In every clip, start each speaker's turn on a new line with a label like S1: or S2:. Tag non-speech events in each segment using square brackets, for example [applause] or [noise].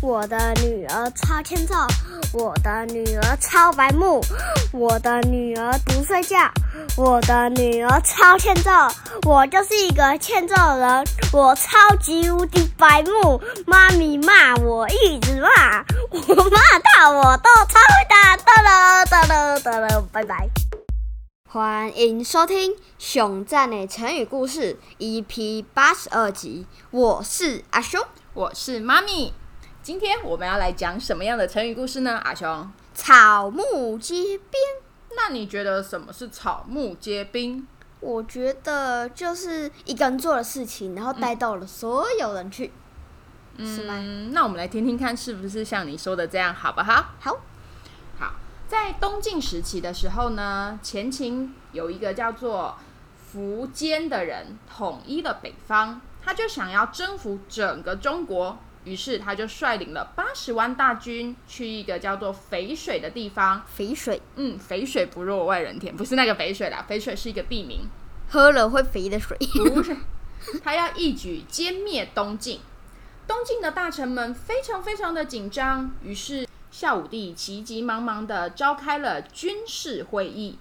S1: 我的女儿超欠揍，我的女儿超白目，我的女儿不睡觉，我的女儿超欠揍，我就是一个欠揍人，我超级无敌白目，妈咪骂我一直骂，我骂到我都超会打，哒了哒了哒了，拜拜。
S2: 欢迎收听《熊赞的成语故事》EP 八十二集，我是阿熊。
S3: 我是妈咪。今天我们要来讲什么样的成语故事呢？阿雄，
S2: 草木皆兵，
S3: 那你觉得什么是草木皆兵？
S2: 我觉得就是一个人做的事情，然后带到了所有人去，是吗？
S3: 嗯，那我们来听听看，是不是像你说的这样，好不好？
S2: 好，
S3: 好，在东晋时期的时候呢，前秦有一个叫做苻坚的人，统一了北方，他就想要征服整个中国，于是他就率领了八十万大军去一个叫做淝水的地方。
S2: 肥水
S3: 嗯，淝水不入外人田，不是那个淝水啦，淝水是一个地名。
S2: 喝了会肥的水，
S3: 不是，他要一举歼灭东晋。东晋的大臣们非常非常的紧张，于是孝武帝急急忙忙的召开了军事会议，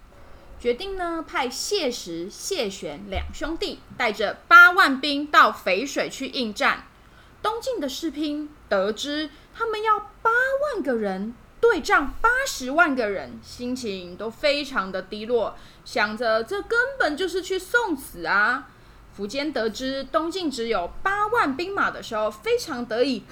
S3: 决定呢派谢石、谢玄两兄弟带着八万兵到淝水去应战。东晋的士兵得知他们要八万个人对仗八十万个人，心情都非常的低落，想着这根本就是去送死啊！苻坚得知东晋只有八万兵马的时候，非常得意，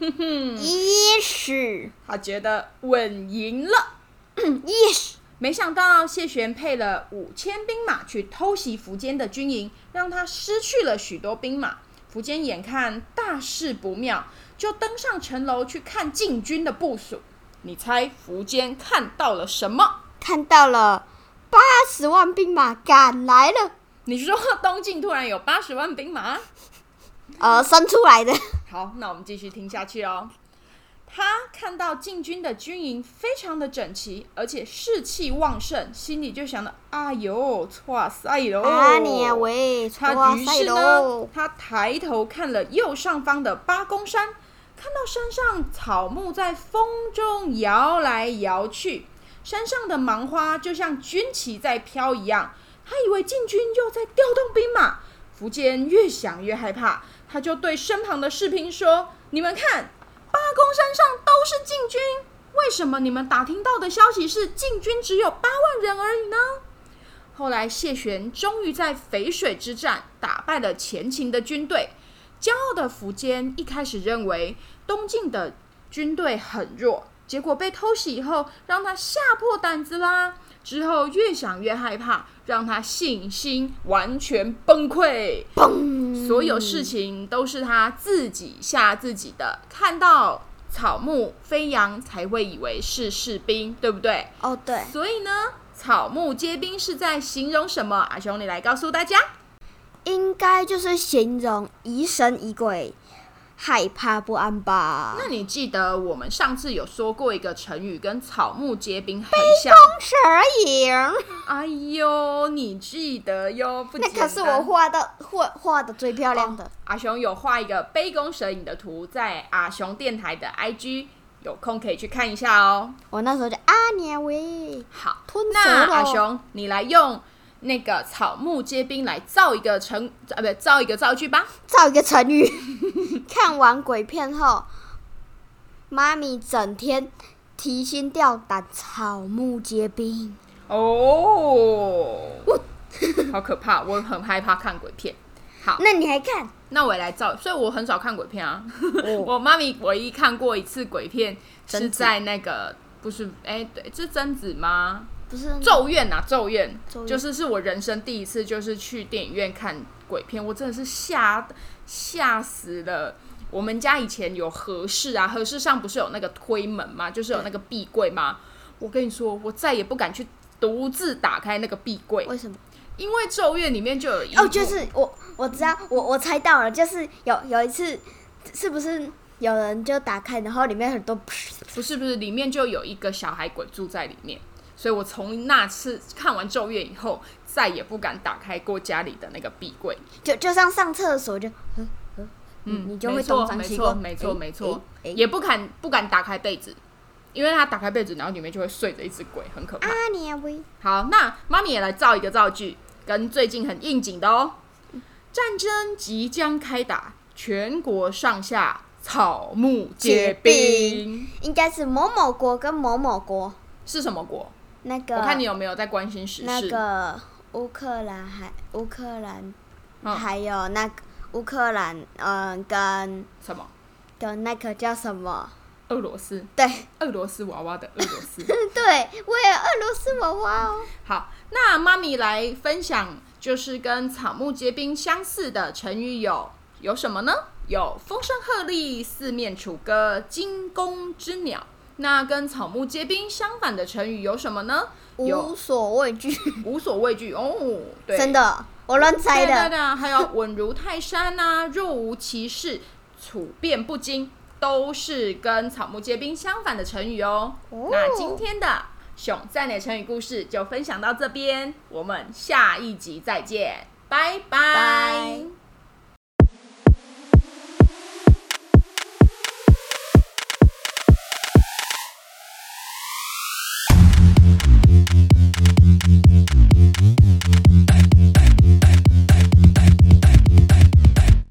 S3: 嗯
S2: 噎死，
S3: 他觉得稳赢了。
S2: 噎死，
S3: 没想到谢玄配了五千兵马去偷袭苻坚的军营，让他失去了许多兵马。苻坚眼看大事不妙，就登上城楼去看晋军的部署。你猜苻坚看到了什么？
S2: 看到了八十万兵马赶来了，
S3: 你说东晋突然有八十万兵马？
S2: 呃，生出来的，
S3: 好，那我们继续听下去哦。他看到晋军的军营非常的整齐，而且士气旺盛，心里就想了：“哎呦，哇塞喽！”
S2: 啊你啊喂，
S3: 哦他
S2: 哇
S3: 于
S2: 塞
S3: 是呢
S2: 喽，，
S3: 他抬头看了右上方的八公山，看到山上草木在风中摇来摇去，山上的芒花就像军旗在飘一样。他以为晋军又在调动兵马，苻坚越想越害怕，他就对身旁的士兵说：“你们看，八公山上都是晋军，为什么你们打听到的消息是晋军只有八万人而已呢？”后来，谢玄终于在淝水之战打败了前秦的军队。骄傲的苻坚一开始认为东晋的军队很弱，结果被偷袭以后，让他吓破胆子啦。之后越想越害怕，让他信心完全崩溃。
S2: 嘣，
S3: 所有事情都是他自己吓自己的。看到草木飞扬，才会以为是士兵，对不对？
S2: 哦对，
S3: 所以呢，草木皆兵是在形容什么？阿雄，你来告诉大家。
S2: 应该就是形容疑神疑鬼、害怕不安吧。
S3: 那你记得我们上次有说过一个成语，跟草木皆兵很像。
S2: 蛇影，
S3: 哎呦，你记得哟？不
S2: 那可是
S3: 简单
S2: 我画到画画的 [laughs] 最漂亮的。
S3: 阿雄有画一个杯弓蛇影的图，在阿雄电台的 IG，有空可以去看一下哦。
S2: 我那时候就啊你喂，
S3: 好，
S2: 吞蛇
S3: 那
S2: 了
S3: 阿雄，你来用那个草木皆兵来造一个成啊，不造一个造句吧。
S2: 造一个成语。 [laughs] 看完鬼片后，妈咪整天提心吊胆，草木皆兵。
S3: 哦， [laughs] 好可怕！我很害怕看鬼片。好，
S2: 那你还看？
S3: 那我也来造，所以我很少看鬼片啊。 [laughs] 我妈咪唯一看过一次鬼片是
S2: 哦贞子
S3: 在那个不是哎、对，是贞子吗？
S2: 不是
S3: 咒怨啊，咒怨，
S2: 咒怨
S3: 就是是我人生第一次就是去电影院看鬼片，我真的是吓吓死了。我们家以前有和室啊，和室上不是有那个推门吗？就是有那个壁柜吗？我跟你说，我再也不敢去独自打开那个壁柜，
S2: 为什么？
S3: 因为咒怨里面就有一
S2: 哦，就是我我知道，我我猜到了，就是有有一次，是不是有人就打开，然后里面很多
S3: 不是不是，里面就有一个小孩鬼住在里面，所以我从那次看完《咒怨》以后，再也不敢打开过家里的那个壁柜。
S2: 就就像上厕所就，呃呃
S3: 嗯，
S2: 你就会
S3: 没错
S2: 东张西
S3: 没
S2: 望
S3: 错，没错，
S2: 诶
S3: 没错，
S2: 诶诶
S3: 也不敢不敢打开被子，因为他打开被子，然后里面就会睡着一只鬼，很可怕。
S2: 啊，你也会
S3: 好，那妈咪也来造一个造句，跟最近很应景的哦。战争即将开打，全国上下草木皆
S2: 皆
S3: 兵。
S2: 应该是某某国跟某某国
S3: 是什么国？
S2: 那个
S3: 我看你有没有在关心时事。
S2: 啊那个乌克兰还乌克兰、
S3: 嗯
S2: 还有那个乌克兰嗯、跟
S3: 什么？
S2: 跟那个叫什么？
S3: 俄罗斯，
S2: 对嗯
S3: 俄罗斯娃娃的俄罗斯。
S2: 对，我也有俄罗斯娃娃哦。
S3: 好，那妈咪来分享，就是跟草木皆兵相似的成语有有什么呢？有风声鹤唳、四面楚歌、惊弓之鸟。那跟草木皆兵相反的成语有什么呢？
S2: 无
S3: 有
S2: 所畏惧，
S3: 无所畏惧哦，对，
S2: 真的，我乱猜
S3: 对对
S2: 的。
S3: 对啊，还有稳如泰山啊，若无其事，处变不惊，都是跟草木皆兵相反的成语哦。
S2: 哦
S3: 那今天的熊赞美成语故事就分享到这边，我们下一集再见，拜拜。
S2: 拜